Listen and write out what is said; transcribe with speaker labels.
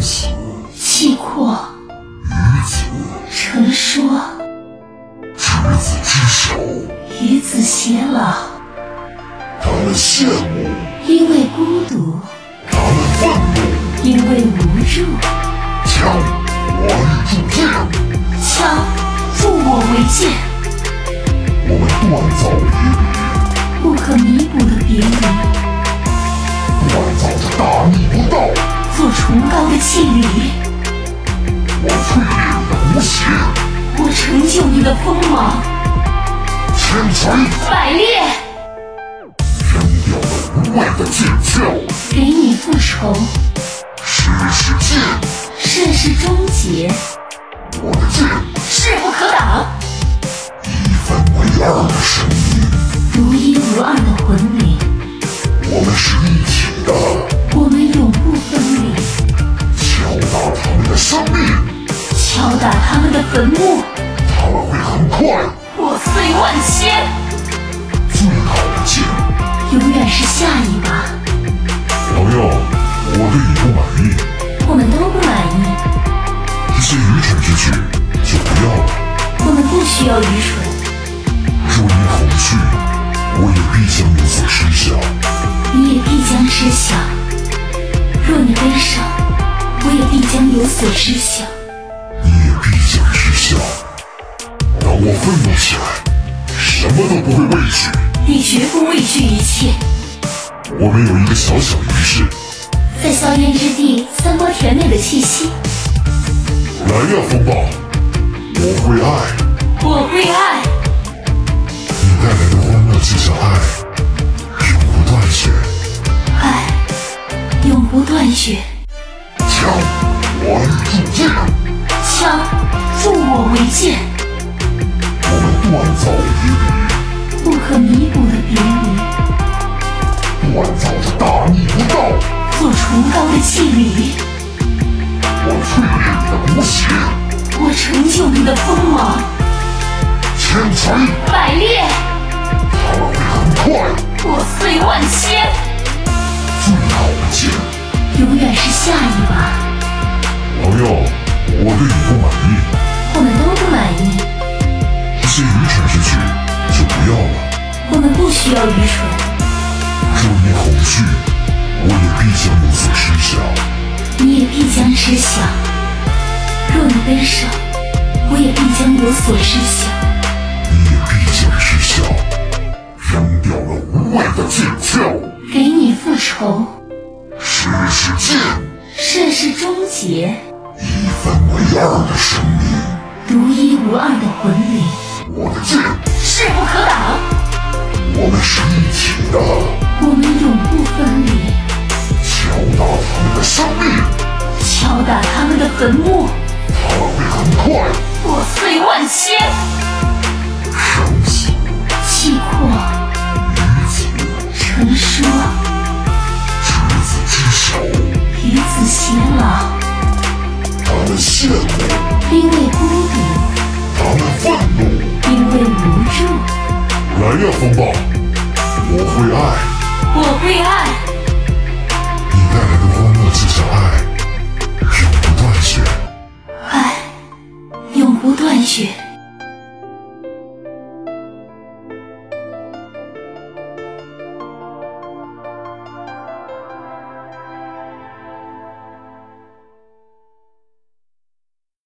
Speaker 1: 气阔，唇说，
Speaker 2: 执子之手，
Speaker 1: 与子偕老。
Speaker 2: 他们羡慕，
Speaker 1: 因为孤独，
Speaker 2: 他们愤怒，
Speaker 1: 因为无助，
Speaker 2: 枪，我与铸剑，
Speaker 1: 枪助我为剑，
Speaker 2: 我们锻造别
Speaker 1: 不可弥补的别离，
Speaker 2: 离，锻造着大逆不道，
Speaker 1: 做崇高的敬礼。
Speaker 2: 我淬炼的无邪，
Speaker 1: 我成就你的锋芒，
Speaker 2: 千锤
Speaker 1: 百炼，
Speaker 2: 扔掉了无谓的剑鞘，
Speaker 1: 给你复仇，
Speaker 2: 世是剑，
Speaker 1: 盛世终结，
Speaker 2: 我的剑
Speaker 1: 势不可挡。
Speaker 2: 一分为二的神力，
Speaker 1: 独一无二的魂灵，
Speaker 2: 我们是一体的，
Speaker 1: 我们永不分离。
Speaker 2: 敲打他们的生命，
Speaker 1: 敲打他们的坟墓，
Speaker 2: 他们会很快
Speaker 1: 破碎万千。
Speaker 2: 最好的剑。
Speaker 1: 永远是下一把，
Speaker 2: 朋友，我对你不满意，
Speaker 1: 我们都不满意，
Speaker 2: 一些愚蠢之举就不要了。
Speaker 1: 我们不需要愚蠢。
Speaker 2: 若你恐惧，我也必将有所施下。
Speaker 1: 你也必将知晓。若你悲伤，我也必将有所知晓。
Speaker 2: 你也必将知晓。当我愤怒起来，什么都不会畏惧。
Speaker 1: 你绝不畏惧一切。
Speaker 2: 我们有一个小小仪式，
Speaker 1: 在硝烟之地散播甜美的气息。
Speaker 2: 来呀，风暴！我会爱
Speaker 1: 我会爱，
Speaker 2: 你带来的欢乐，就像爱，永不断绝。
Speaker 1: 爱永不断绝。
Speaker 2: 将我与铸剑，
Speaker 1: 枪助我为剑，
Speaker 2: 我们锻造一
Speaker 1: 不可弥补的别离，
Speaker 2: 个锻造着大逆不道。
Speaker 1: 做崇高的敬礼。
Speaker 2: 我淬炼你的无邪，
Speaker 1: 我成就你的锋芒，
Speaker 2: 千锤
Speaker 1: 百炼，
Speaker 2: 他们会很快。
Speaker 1: 破碎万千。
Speaker 2: 最好的剑。
Speaker 1: 永远是下一把，
Speaker 2: 朋友，我对你不满意，
Speaker 1: 我们都不满意，
Speaker 2: 一些愚蠢之举就不要了。
Speaker 1: 我们不需要愚蠢。
Speaker 2: 若你恐惧，我也必将有所施下。
Speaker 1: 你也必将知晓。若你悲伤，我也必将有所知晓。
Speaker 2: 你也必将知晓。扔掉了无谓的剑鞘，
Speaker 1: 给你复仇，
Speaker 2: 世是剑，
Speaker 1: 盛世终结，
Speaker 2: 一分为二的神力。
Speaker 1: 独一无二的魂灵，
Speaker 2: 我的剑，
Speaker 1: 势不可挡。
Speaker 2: 我们是一体的。
Speaker 1: 我们永不分离，
Speaker 2: 敲打他们的生命，
Speaker 1: 敲打他们的坟墓，
Speaker 2: 他们会很快。
Speaker 1: 破碎万千。
Speaker 2: 生死
Speaker 1: 气阔，
Speaker 2: 与子，
Speaker 1: 成说，
Speaker 2: 执子之手。
Speaker 1: 与子偕老。
Speaker 2: 他们羡慕，
Speaker 1: 因为孤独，
Speaker 2: 他们愤怒。
Speaker 1: 因为无助，
Speaker 2: 来呀，风暴！我会爱
Speaker 1: 我会爱，
Speaker 2: 你带来的欢乐，就像